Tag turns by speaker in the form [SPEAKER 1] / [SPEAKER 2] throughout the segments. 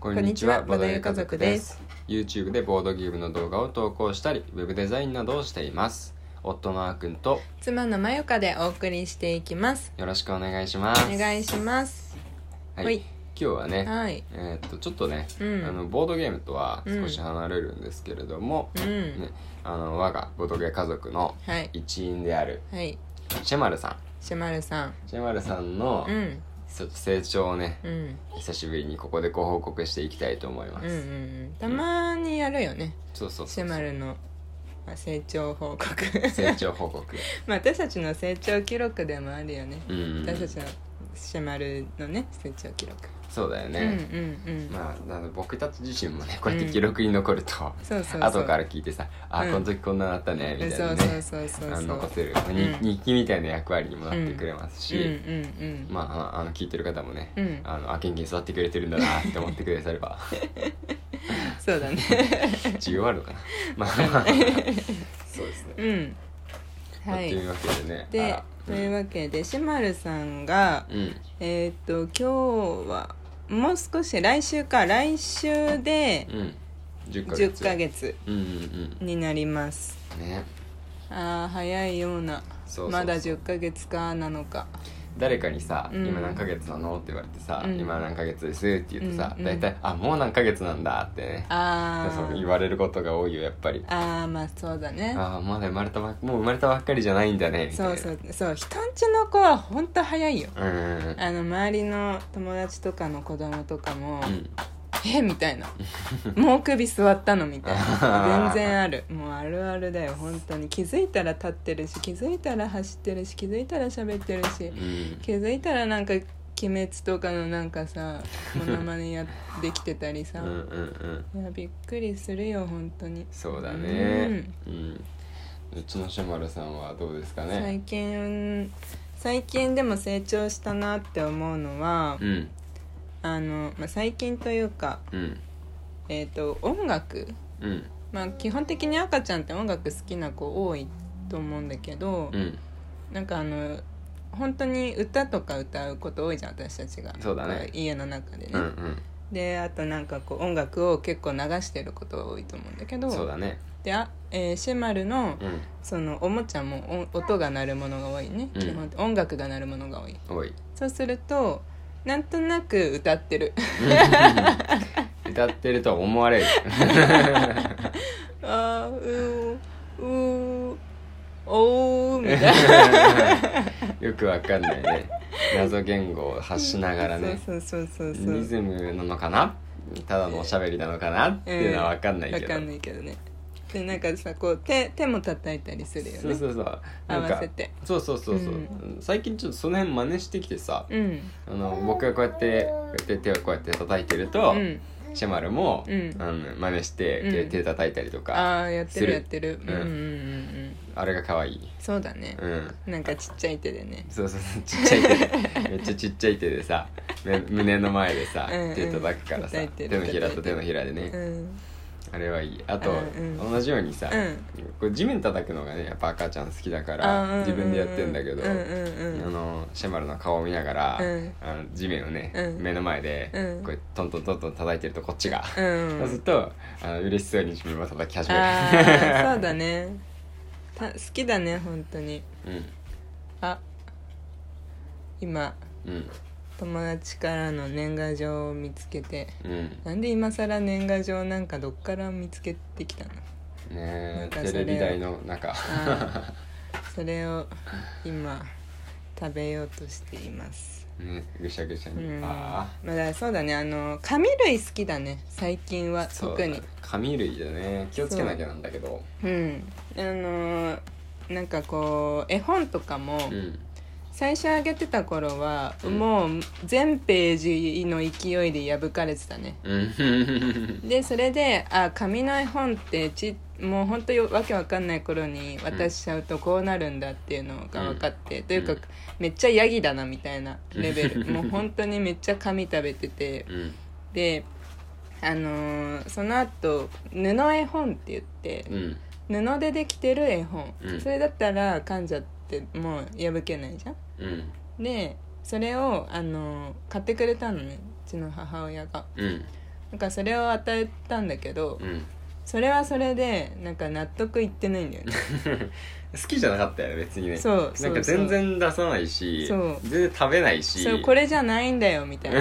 [SPEAKER 1] こ
[SPEAKER 2] んにちはボードゲー家族です
[SPEAKER 1] YouTube でボードゲームの動画を投稿したりウェブデザインなどをしています夫のあーくんと
[SPEAKER 2] 妻のまゆかでお送りしていきます
[SPEAKER 1] よろしくお願いします
[SPEAKER 2] お願いします
[SPEAKER 1] はい、
[SPEAKER 2] ほい
[SPEAKER 1] 今日はね、
[SPEAKER 2] はい
[SPEAKER 1] えーっとちょっとね、
[SPEAKER 2] うん
[SPEAKER 1] あのボードゲームとは少し離れるんですけれども、
[SPEAKER 2] うん
[SPEAKER 1] ね、あの我がボードゲー家族の
[SPEAKER 2] はい
[SPEAKER 1] 一員である
[SPEAKER 2] はい
[SPEAKER 1] シェマルさん
[SPEAKER 2] しまるさん
[SPEAKER 1] シェマルさんの
[SPEAKER 2] うん
[SPEAKER 1] ちょっと成長をね
[SPEAKER 2] うん
[SPEAKER 1] 久しぶりにここでご報告していきたいと思いま
[SPEAKER 2] うん
[SPEAKER 1] す、
[SPEAKER 2] うんうんたまにやるよね
[SPEAKER 1] そうそうそ
[SPEAKER 2] し
[SPEAKER 1] う
[SPEAKER 2] まるのまあ成長報告
[SPEAKER 1] 成長報告
[SPEAKER 2] まあ私たちの成長記録でもあるよね
[SPEAKER 1] うん
[SPEAKER 2] 私たちのしまるのね成長記録
[SPEAKER 1] そうだよ
[SPEAKER 2] うんうん
[SPEAKER 1] ね、
[SPEAKER 2] うん
[SPEAKER 1] まあなので僕たち自身もねこうやって記録に残ると、
[SPEAKER 2] そうそうそう
[SPEAKER 1] 後から聞いてさ「あ
[SPEAKER 2] うん
[SPEAKER 1] この時こんなのあったね」みたいなね、
[SPEAKER 2] そうそうそうそう
[SPEAKER 1] あ
[SPEAKER 2] そ
[SPEAKER 1] の
[SPEAKER 2] う
[SPEAKER 1] 残せる、まあに
[SPEAKER 2] うん
[SPEAKER 1] 日記みたいな役割にもなってくれますし、
[SPEAKER 2] うんうんうん
[SPEAKER 1] まあああの聞いてる方もね、
[SPEAKER 2] うん
[SPEAKER 1] あのあ元気に育ってくれてるんだなって思ってくだされ ば
[SPEAKER 2] そうだね
[SPEAKER 1] 需要あるのかな まあまあそうですね、
[SPEAKER 2] うんは
[SPEAKER 1] や
[SPEAKER 2] い
[SPEAKER 1] ってみわけでね
[SPEAKER 2] で
[SPEAKER 1] あ
[SPEAKER 2] というわけでしまるさんが
[SPEAKER 1] うん、うん
[SPEAKER 2] えっ、と今日はもう少し来週か来週で
[SPEAKER 1] うん、10ヶ
[SPEAKER 2] 10
[SPEAKER 1] 月
[SPEAKER 2] ヶ月
[SPEAKER 1] うんうん
[SPEAKER 2] になります
[SPEAKER 1] うんね
[SPEAKER 2] あー早いような
[SPEAKER 1] そうそうそう
[SPEAKER 2] まだ10ヶ月かなのか
[SPEAKER 1] 誰かにさ「
[SPEAKER 2] うん
[SPEAKER 1] 今何ヶ月なの?」って言われてさ「
[SPEAKER 2] うん
[SPEAKER 1] 今何ヶ月です」って言ってさ
[SPEAKER 2] うんう
[SPEAKER 1] 大
[SPEAKER 2] ん
[SPEAKER 1] 体「あもう何ヶ月なんだ」ってね
[SPEAKER 2] あ
[SPEAKER 1] そう言
[SPEAKER 2] ー
[SPEAKER 1] われることが多いよやっぱり
[SPEAKER 2] あーまあそう
[SPEAKER 1] 「
[SPEAKER 2] だね
[SPEAKER 1] ああまだ生まれたばっもう生まれたばっかりじゃないんだね」みたい
[SPEAKER 2] そ
[SPEAKER 1] な
[SPEAKER 2] うそうそう人んちの子はほんと早いよ
[SPEAKER 1] うんうんうん
[SPEAKER 2] あの周りの友達とかの子供とかも、
[SPEAKER 1] うん
[SPEAKER 2] えみたい なもう首座ったのみたいな
[SPEAKER 1] あー
[SPEAKER 2] 全然あるもうあるあるだよ本当に気づいたら立ってるし気づいたら走ってるし気づいたら喋ってるし
[SPEAKER 1] うん
[SPEAKER 2] 気づいたらなんか鬼滅とかのなんかさモノマネやできてたりさ、
[SPEAKER 1] うんうんうん
[SPEAKER 2] いやびっくりするよ本当に
[SPEAKER 1] そうだねうんうちのシャマルさんはどうですかね
[SPEAKER 2] 最近最近でも成長したなって思うのは、
[SPEAKER 1] うん
[SPEAKER 2] あの、まあ、最近というか、
[SPEAKER 1] うん
[SPEAKER 2] えー、と音楽
[SPEAKER 1] うん
[SPEAKER 2] まあ、基本的に赤ちゃんって音楽好きな子多いと思うんだけど、
[SPEAKER 1] うん
[SPEAKER 2] なんかあの本当に歌とか歌うこと多いじゃん私たちが
[SPEAKER 1] そうだね
[SPEAKER 2] こ家の中でね、
[SPEAKER 1] うんうん
[SPEAKER 2] であとなんかこう音楽を結構流してることが多いと思うんだけど
[SPEAKER 1] そうだね
[SPEAKER 2] であ、えーシェマルの
[SPEAKER 1] うん
[SPEAKER 2] そのおもちゃもお音が鳴るものが多いね、
[SPEAKER 1] うん
[SPEAKER 2] 基本って音楽が鳴るものが多い
[SPEAKER 1] おい
[SPEAKER 2] そうするとなんとなく歌ってる
[SPEAKER 1] 歌ってると思われる
[SPEAKER 2] あーうーうーおーみたいな
[SPEAKER 1] よくわかんないね謎言語を発し ながらね
[SPEAKER 2] そうそうそうそうそう
[SPEAKER 1] リズムなのかなただのおしゃべりなのかなっていうのはわかんないけど、
[SPEAKER 2] わかんないけどねでなんかさこう手手も叩いたりするよね
[SPEAKER 1] そうそうそう
[SPEAKER 2] 合
[SPEAKER 1] なんか
[SPEAKER 2] わせて
[SPEAKER 1] そうそうそうそう、
[SPEAKER 2] う
[SPEAKER 1] 最近ちょっとその辺真似してきてさ、
[SPEAKER 2] うん
[SPEAKER 1] あの僕がこうやってこうやって手をこうやって叩いてると、
[SPEAKER 2] うん
[SPEAKER 1] シェマルも、
[SPEAKER 2] うん
[SPEAKER 1] あの真似して、
[SPEAKER 2] うん
[SPEAKER 1] 手手叩いたりとか
[SPEAKER 2] ああやって
[SPEAKER 1] する
[SPEAKER 2] るやってる
[SPEAKER 1] う
[SPEAKER 2] うんんうんうんうん
[SPEAKER 1] あれが可愛い
[SPEAKER 2] そうだね
[SPEAKER 1] うん
[SPEAKER 2] なんかちっちゃい手でね
[SPEAKER 1] そうそうそうちっちゃい手でめっちゃちっちゃい手でさめ胸の前でさ
[SPEAKER 2] うんうん
[SPEAKER 1] 手叩くからさ
[SPEAKER 2] 叩いて
[SPEAKER 1] 手
[SPEAKER 2] る
[SPEAKER 1] のひらと手のひらで
[SPEAKER 2] う
[SPEAKER 1] ね
[SPEAKER 2] ん
[SPEAKER 1] あれはいいあと
[SPEAKER 2] うんうん
[SPEAKER 1] 同じようにさ
[SPEAKER 2] う
[SPEAKER 1] こう地面叩くのがねやっぱ赤ちゃん好きだか
[SPEAKER 2] あーうんうんう
[SPEAKER 1] ら
[SPEAKER 2] ん
[SPEAKER 1] 自分でやってんだけど
[SPEAKER 2] うんうん
[SPEAKER 1] あ
[SPEAKER 2] うん
[SPEAKER 1] のシェマルの顔を見ながら、
[SPEAKER 2] うん
[SPEAKER 1] あの地面をね、
[SPEAKER 2] うん
[SPEAKER 1] 目の前で、
[SPEAKER 2] うん
[SPEAKER 1] こうトントントントン叩いてるとこっちが、
[SPEAKER 2] うん
[SPEAKER 1] そうするとあの嬉しそうに自分も叩き始める
[SPEAKER 2] あーそうだねた好きだね本当にあ今
[SPEAKER 1] うんうん
[SPEAKER 2] 友達からの年賀状を見つけて
[SPEAKER 1] うん
[SPEAKER 2] なんで今更年賀状なんかどっから見つけてきたのな
[SPEAKER 1] ね
[SPEAKER 2] んか
[SPEAKER 1] え
[SPEAKER 2] それ
[SPEAKER 1] テレビ台の中
[SPEAKER 2] あーそれを今食べようとしています
[SPEAKER 1] ねぐしゃぐしゃ
[SPEAKER 2] う
[SPEAKER 1] に、
[SPEAKER 2] んま
[SPEAKER 1] あ
[SPEAKER 2] あだからそうだねあの紙類好きだね最近は
[SPEAKER 1] あそう
[SPEAKER 2] 特にう,、
[SPEAKER 1] 紙類でね気をつけなきゃなんだけど
[SPEAKER 2] んあのなんかこう絵本とかも、
[SPEAKER 1] うん
[SPEAKER 2] 最初あげてた頃は、
[SPEAKER 1] うん
[SPEAKER 2] もう全ページの勢いで破かれてたね
[SPEAKER 1] うん
[SPEAKER 2] でそれであ紙の絵本ってちもう本当にわけわかんない頃に渡しちゃうとこうなるんだっていうのが分かって、というか、
[SPEAKER 1] うん
[SPEAKER 2] めっちゃヤギだなみたいなレベル
[SPEAKER 1] うん
[SPEAKER 2] もう本当にめっちゃ紙食べてて
[SPEAKER 1] うん
[SPEAKER 2] であのーその後布絵本って言って
[SPEAKER 1] うん
[SPEAKER 2] 布でできてる絵本、
[SPEAKER 1] うん
[SPEAKER 2] それだったら噛んじゃってもう破けないじゃん
[SPEAKER 1] うん
[SPEAKER 2] でそれを、あのー買ってくれたのねうちの母親が。なんかそれを与えたんだけど、
[SPEAKER 1] うん
[SPEAKER 2] それはそれでなんか納得いってないんだ よね
[SPEAKER 1] 好きじゃなかったよね別にね
[SPEAKER 2] そうそうそう
[SPEAKER 1] なんか全然出さないし
[SPEAKER 2] そう
[SPEAKER 1] 全然食べないし
[SPEAKER 2] そうこれじゃないんだよみたいな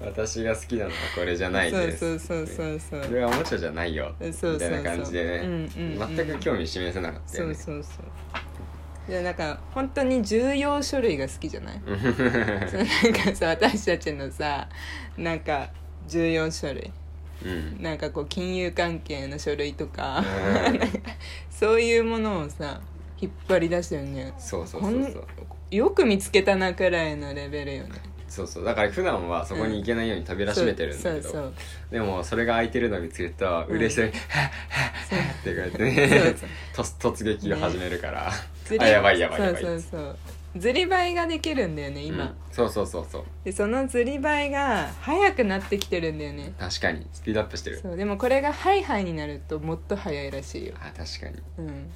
[SPEAKER 1] 私が好きなのはこれじゃ ないです
[SPEAKER 2] そうそうそうそう
[SPEAKER 1] こ
[SPEAKER 2] そう
[SPEAKER 1] れはおもちゃじゃないよ
[SPEAKER 2] そうそうそう
[SPEAKER 1] みたいな感じでね、
[SPEAKER 2] うんうんうん
[SPEAKER 1] 全く興味示せなかった
[SPEAKER 2] そ
[SPEAKER 1] よ
[SPEAKER 2] う
[SPEAKER 1] ね
[SPEAKER 2] そうそうでなんか本当に重要書類が好きじゃないそうなんかさ私たちのさなんか重要書類
[SPEAKER 1] うん
[SPEAKER 2] なんかこう金融関係の書類とかそういうものをさ引っ張り出してるね
[SPEAKER 1] そうそうそうそう
[SPEAKER 2] よく見つけたなくらいのレベルよね
[SPEAKER 1] そうそうだから普段はそこに行けないように食べらしめてるんだけど、
[SPEAKER 2] そうそう
[SPEAKER 1] でもそれが空いてるのを見つけると
[SPEAKER 2] うん
[SPEAKER 1] 嬉しそうに「はっはっ はっ」って言われて
[SPEAKER 2] そう
[SPEAKER 1] ね
[SPEAKER 2] そう
[SPEAKER 1] 突突撃を始めるから、
[SPEAKER 2] ずり
[SPEAKER 1] あやばいやばいやばい
[SPEAKER 2] そうそうそうずりばいができるんだよね今、
[SPEAKER 1] うんそうそうそうそう
[SPEAKER 2] でそのずりばいが早くなってきてるんだよね
[SPEAKER 1] 確かにスピードアップしてる
[SPEAKER 2] そうでもこれがハイハイになるともっと早いらしいよ、
[SPEAKER 1] あ確かに
[SPEAKER 2] うん、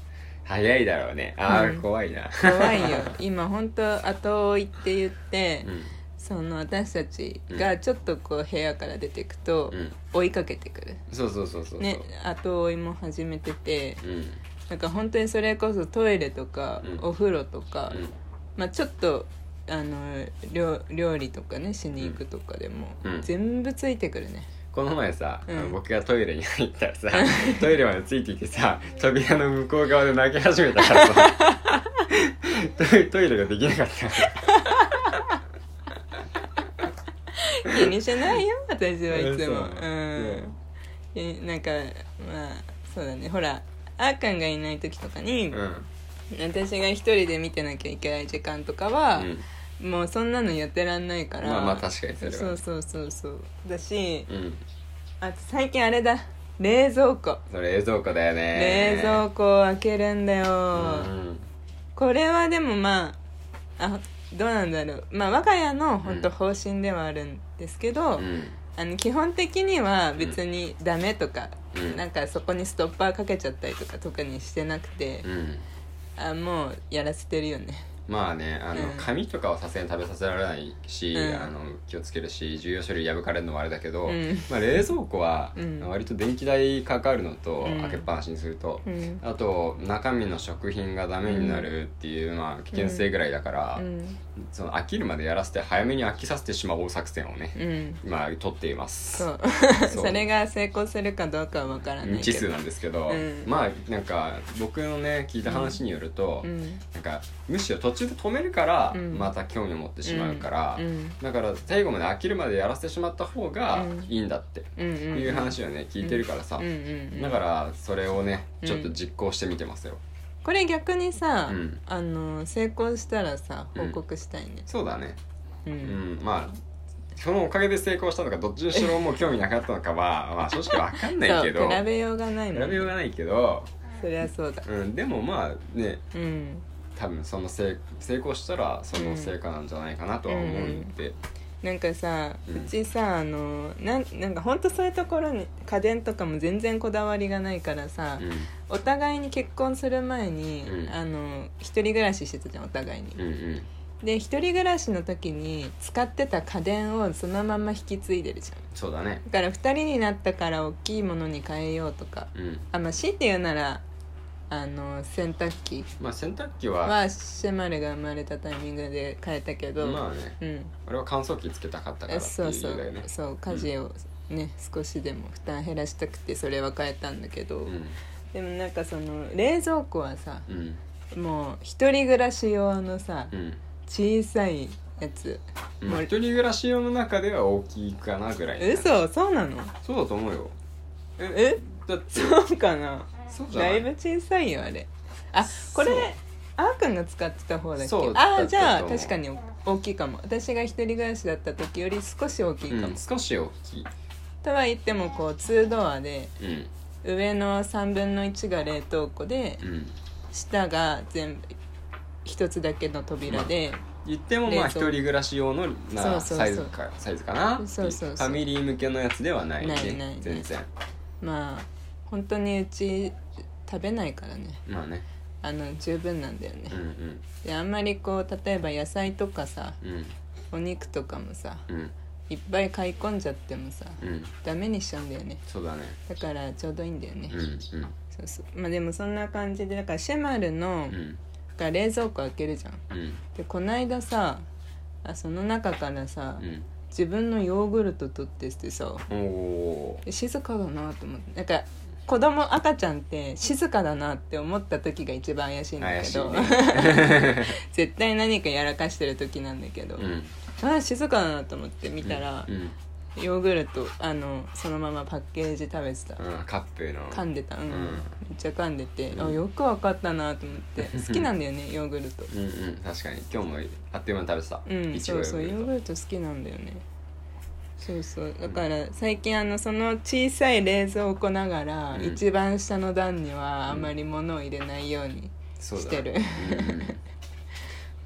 [SPEAKER 1] 早いだろうねあー、
[SPEAKER 2] うん
[SPEAKER 1] 怖い な
[SPEAKER 2] 怖い よ今本当後追いって言って、
[SPEAKER 1] うん
[SPEAKER 2] その私たちがちょっとこう部屋から出てくと
[SPEAKER 1] うん
[SPEAKER 2] 追いかけてくる、
[SPEAKER 1] そうそうそうそうそう、
[SPEAKER 2] ね後追いも始めてて
[SPEAKER 1] うん
[SPEAKER 2] なんか本当にそれこそトイレとか、
[SPEAKER 1] うん
[SPEAKER 2] お風呂とか、
[SPEAKER 1] うん
[SPEAKER 2] まあ、ちょっとあの料料理とかねしに行くとかでも、
[SPEAKER 1] うん
[SPEAKER 2] 全部ついてくるね
[SPEAKER 1] この前さ、
[SPEAKER 2] うん
[SPEAKER 1] 僕がトイレに入ったらさ トイレまでついていてさ扉の向こう側で泣き始めたからさ トイトイレができなかった
[SPEAKER 2] 気にしてないよ私はいつも
[SPEAKER 1] 嘘
[SPEAKER 2] うんえなんかまあそうだねほらあーくんがいない時とかに、
[SPEAKER 1] うん
[SPEAKER 2] 私が一人で見てなきゃいけない時間とかは、もうそんなのやってらんないから
[SPEAKER 1] まあまあ確かにそれは
[SPEAKER 2] そうそうそうそうだし
[SPEAKER 1] うん、うん、
[SPEAKER 2] あと最近あれだ冷蔵庫、
[SPEAKER 1] それ冷蔵庫だよね
[SPEAKER 2] 冷蔵庫を開けるんだよ、
[SPEAKER 1] うん
[SPEAKER 2] これはでもまああどうなんだろうまあ我が家の本
[SPEAKER 1] う
[SPEAKER 2] 当
[SPEAKER 1] ん
[SPEAKER 2] 方針ではあるんですけど、
[SPEAKER 1] うん
[SPEAKER 2] あの基本的には別にダメとか、
[SPEAKER 1] うん
[SPEAKER 2] なんかそこにストッパーかけちゃったりとか特にしてなくて
[SPEAKER 1] う、ん
[SPEAKER 2] あもうやらせてるよね
[SPEAKER 1] まあねあの、
[SPEAKER 2] うん
[SPEAKER 1] 紙とかはさすがに食べさせられないし、
[SPEAKER 2] うん
[SPEAKER 1] あの気をつけるし重要書類破かれるのもあれだけど、
[SPEAKER 2] うん
[SPEAKER 1] まあ、冷蔵庫は
[SPEAKER 2] うん
[SPEAKER 1] 割と電気代かかるのと、
[SPEAKER 2] うん
[SPEAKER 1] 開けっぱなしにすると、
[SPEAKER 2] うん、
[SPEAKER 1] あと中身の食品がダメになるっていう、まあ、危険性ぐらいだから、
[SPEAKER 2] うん
[SPEAKER 1] その飽きるまでやらせて早めに飽きさせてしまおう作戦をね、
[SPEAKER 2] うん、
[SPEAKER 1] 今取っています
[SPEAKER 2] そう
[SPEAKER 1] そ
[SPEAKER 2] そうれが成功するかどうかは分からない
[SPEAKER 1] 未
[SPEAKER 2] け
[SPEAKER 1] 知
[SPEAKER 2] ど
[SPEAKER 1] 数なんですけど、
[SPEAKER 2] うん
[SPEAKER 1] まあなんか僕のね聞いた話によると、
[SPEAKER 2] うん
[SPEAKER 1] なんかむしろ途中で止めるから
[SPEAKER 2] うん
[SPEAKER 1] また興味を持ってしまうから、
[SPEAKER 2] うん
[SPEAKER 1] だから最後まで飽きるまでやらせてしまった方が
[SPEAKER 2] うん
[SPEAKER 1] いいんだって
[SPEAKER 2] うんうん
[SPEAKER 1] いう話をね聞いてるからさ、
[SPEAKER 2] うんうんうん
[SPEAKER 1] だからそれをね
[SPEAKER 2] うん
[SPEAKER 1] ちょっと実行してみてますよ、
[SPEAKER 2] これ逆にさ、
[SPEAKER 1] うん
[SPEAKER 2] あの成功したらさ
[SPEAKER 1] うん
[SPEAKER 2] 報告したいね
[SPEAKER 1] そうだね
[SPEAKER 2] うん、
[SPEAKER 1] うんまあそのおかげで成功したのかどっちにしろもう興味なかったのかはまあ正直わかんないけ
[SPEAKER 2] そ
[SPEAKER 1] ど
[SPEAKER 2] う比
[SPEAKER 1] 比
[SPEAKER 2] べようがないもん
[SPEAKER 1] べようがないけど、
[SPEAKER 2] そりゃそうだ
[SPEAKER 1] うん、でもまあね
[SPEAKER 2] うん
[SPEAKER 1] 多分その成成功したらその成果なんじゃないかなとは思うんで、
[SPEAKER 2] なんかさ
[SPEAKER 1] うん
[SPEAKER 2] うちさあのなんなんかほんとそういうところに家電とかも全然こだわりがないからさ、
[SPEAKER 1] うん
[SPEAKER 2] お互いに結婚する前に、
[SPEAKER 1] うん
[SPEAKER 2] あの一人暮らししてたじゃんお互いに、
[SPEAKER 1] うんうん
[SPEAKER 2] で一人暮らしの時に使ってた家電をそのまま引き継いでるじゃん
[SPEAKER 1] そうだね
[SPEAKER 2] だから二人になったから大きいものに変えようとか
[SPEAKER 1] うん
[SPEAKER 2] あまあ強いて言うならあの洗濯機
[SPEAKER 1] まあ洗濯機は
[SPEAKER 2] はシェマルが生まれたタイミングで変えたけど、
[SPEAKER 1] まあね
[SPEAKER 2] うん
[SPEAKER 1] 俺は乾燥機つけたかったから
[SPEAKER 2] え
[SPEAKER 1] って
[SPEAKER 2] そうそ
[SPEAKER 1] いう
[SPEAKER 2] う
[SPEAKER 1] だよね
[SPEAKER 2] そう家事をね、少しでも負担減らしたくてそれは変えたんだけど、
[SPEAKER 1] うん
[SPEAKER 2] でもなんかその冷蔵庫はさ
[SPEAKER 1] うん
[SPEAKER 2] もう一人暮らし用のさ
[SPEAKER 1] うん
[SPEAKER 2] 小さいやつ
[SPEAKER 1] うん
[SPEAKER 2] もう
[SPEAKER 1] 一人暮らし用の中では大きいかなぐらい
[SPEAKER 2] 嘘そうなの
[SPEAKER 1] そうだと思うよ
[SPEAKER 2] え
[SPEAKER 1] だって
[SPEAKER 2] そうかな
[SPEAKER 1] そうじゃな
[SPEAKER 2] だ
[SPEAKER 1] い
[SPEAKER 2] いぶ小さいよあれあこ
[SPEAKER 1] そう
[SPEAKER 2] れあーくんが使ってた方だっけ
[SPEAKER 1] そうだ
[SPEAKER 2] あ
[SPEAKER 1] った
[SPEAKER 2] ーじゃあ
[SPEAKER 1] と思う
[SPEAKER 2] 確かに大きいかも私が一人暮らしだった時より少し大きいかも、
[SPEAKER 1] うん、少し大きい、
[SPEAKER 2] とは言ってもこう2ドアで
[SPEAKER 1] うん
[SPEAKER 2] 上の3分の1が冷凍庫で
[SPEAKER 1] うん、
[SPEAKER 2] 下が全部一つだけの扉で、
[SPEAKER 1] 言ってもまあ
[SPEAKER 2] 冷
[SPEAKER 1] 一
[SPEAKER 2] 蔵
[SPEAKER 1] 人暮らし用のな
[SPEAKER 2] そうそうそう
[SPEAKER 1] サイズかサイズかな
[SPEAKER 2] そうそうそう
[SPEAKER 1] ファミリー向けのやつではないね
[SPEAKER 2] ないないない
[SPEAKER 1] 全然
[SPEAKER 2] まあ本当にうち食べないからね
[SPEAKER 1] まあね
[SPEAKER 2] あの十分なんだよね
[SPEAKER 1] う、ん
[SPEAKER 2] であんまりこう例えば野菜とかさ
[SPEAKER 1] うんうん
[SPEAKER 2] お肉とかもさ
[SPEAKER 1] うん
[SPEAKER 2] いっぱい買い込んじゃってもさ
[SPEAKER 1] うん
[SPEAKER 2] ダメにしちゃうんだよね
[SPEAKER 1] そうだね
[SPEAKER 2] だからちょうどいいんだよね、
[SPEAKER 1] うんうん
[SPEAKER 2] そうそうまあでもそんな感じでだからシェマルの、
[SPEAKER 1] うん
[SPEAKER 2] が冷蔵庫開けるじゃん
[SPEAKER 1] うん
[SPEAKER 2] でこないださあその中からさ、
[SPEAKER 1] うん
[SPEAKER 2] 自分のヨーグルト取ってしてさ
[SPEAKER 1] おお
[SPEAKER 2] え静かだなと思ってなんか子供赤ちゃんって静かだなって思った時が一番怪しいんだ
[SPEAKER 1] 怪
[SPEAKER 2] け
[SPEAKER 1] しい
[SPEAKER 2] ど、
[SPEAKER 1] ね
[SPEAKER 2] 絶対何かやらかしてる時なんだけど、
[SPEAKER 1] うん
[SPEAKER 2] ああ静かだなと思って見たら
[SPEAKER 1] う、ん
[SPEAKER 2] ヨーグルトあのそのままパッケージ食べてた、
[SPEAKER 1] うんカップの
[SPEAKER 2] 噛んでたうん、
[SPEAKER 1] うん
[SPEAKER 2] めっちゃ噛んでて、
[SPEAKER 1] うん
[SPEAKER 2] あよくわかったなと思って好きなんだよねヨーグルト
[SPEAKER 1] うんうん確かに今日もあっという間に食べてた
[SPEAKER 2] うん
[SPEAKER 1] いち
[SPEAKER 2] そ
[SPEAKER 1] ごヨ
[SPEAKER 2] うそうヨ
[SPEAKER 1] ー
[SPEAKER 2] ー
[SPEAKER 1] グ
[SPEAKER 2] グ
[SPEAKER 1] ル
[SPEAKER 2] ルト好きなんだよねそうそうだから最近あのその小さい冷蔵庫ながら、
[SPEAKER 1] うん
[SPEAKER 2] 一番下の段にはあ
[SPEAKER 1] うん
[SPEAKER 2] まり物を入れないように
[SPEAKER 1] トそう
[SPEAKER 2] し
[SPEAKER 1] だ
[SPEAKER 2] てる、
[SPEAKER 1] うん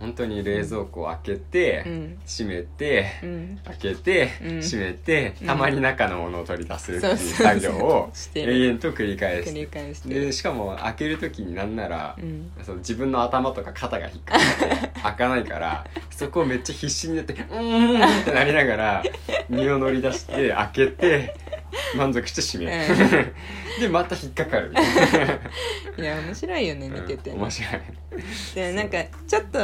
[SPEAKER 1] 本当に冷蔵庫を開けて、
[SPEAKER 2] うん
[SPEAKER 1] 閉めて、
[SPEAKER 2] うん
[SPEAKER 1] 開けて、
[SPEAKER 2] うん
[SPEAKER 1] 閉めて
[SPEAKER 2] うん
[SPEAKER 1] たまに中のものを取り出すってい
[SPEAKER 2] そううそう
[SPEAKER 1] 作業を
[SPEAKER 2] してる
[SPEAKER 1] 永遠と繰り返
[SPEAKER 2] 繰り
[SPEAKER 1] す
[SPEAKER 2] 返して
[SPEAKER 1] で
[SPEAKER 2] る
[SPEAKER 1] しかも開ける時になんなら
[SPEAKER 2] う、ん
[SPEAKER 1] その自分の頭とか肩が引っかかって開かない からそこをめっちゃ必死になって「うーん」ってなりながら身を乗り出して開けて満足して閉める、 でまた引っかかるみたい
[SPEAKER 2] いや面白いよね
[SPEAKER 1] な
[SPEAKER 2] 見てて、
[SPEAKER 1] うん面白い
[SPEAKER 2] でなんかちょっと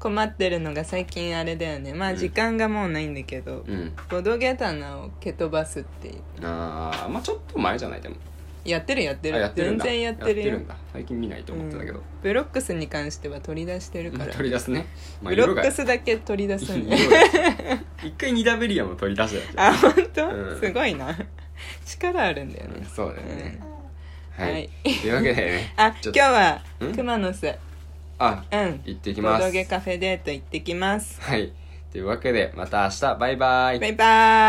[SPEAKER 2] 困ってるのが最近あれだよねま
[SPEAKER 1] う
[SPEAKER 2] あ
[SPEAKER 1] ん
[SPEAKER 2] 時間がもうないんだけど、
[SPEAKER 1] うん
[SPEAKER 2] ボドゲタナを蹴飛ばすって
[SPEAKER 1] あーまあちょっと前じゃないでも
[SPEAKER 2] やってるやって
[SPEAKER 1] あ
[SPEAKER 2] る
[SPEAKER 1] やってるん
[SPEAKER 2] 全
[SPEAKER 1] だ
[SPEAKER 2] 然やってるよ
[SPEAKER 1] やんだ最近見ないと思ってたけど、
[SPEAKER 2] うんブロックスに関しては取り出してるから
[SPEAKER 1] 取り出すね、まあ、
[SPEAKER 2] ブロ
[SPEAKER 1] 色
[SPEAKER 2] ッ
[SPEAKER 1] が
[SPEAKER 2] クスだけ取り出すんだよ
[SPEAKER 1] 色が一回ニダベリアも取り出したや
[SPEAKER 2] あ本当、
[SPEAKER 1] うん
[SPEAKER 2] すごいな力あるんだよ
[SPEAKER 1] つ、うん
[SPEAKER 2] ね、
[SPEAKER 1] そうだよね、
[SPEAKER 2] うん
[SPEAKER 1] はい、
[SPEAKER 2] はい
[SPEAKER 1] というわけでね
[SPEAKER 2] あ
[SPEAKER 1] ちょっ
[SPEAKER 2] 今日
[SPEAKER 1] と
[SPEAKER 2] は
[SPEAKER 1] ん
[SPEAKER 2] 熊野巣
[SPEAKER 1] あ
[SPEAKER 2] うん
[SPEAKER 1] 行ってき
[SPEAKER 2] ボ
[SPEAKER 1] ます
[SPEAKER 2] ドゲカフェデート行ってきます
[SPEAKER 1] はいというわけでまた明日バイバイ
[SPEAKER 2] バイバーイ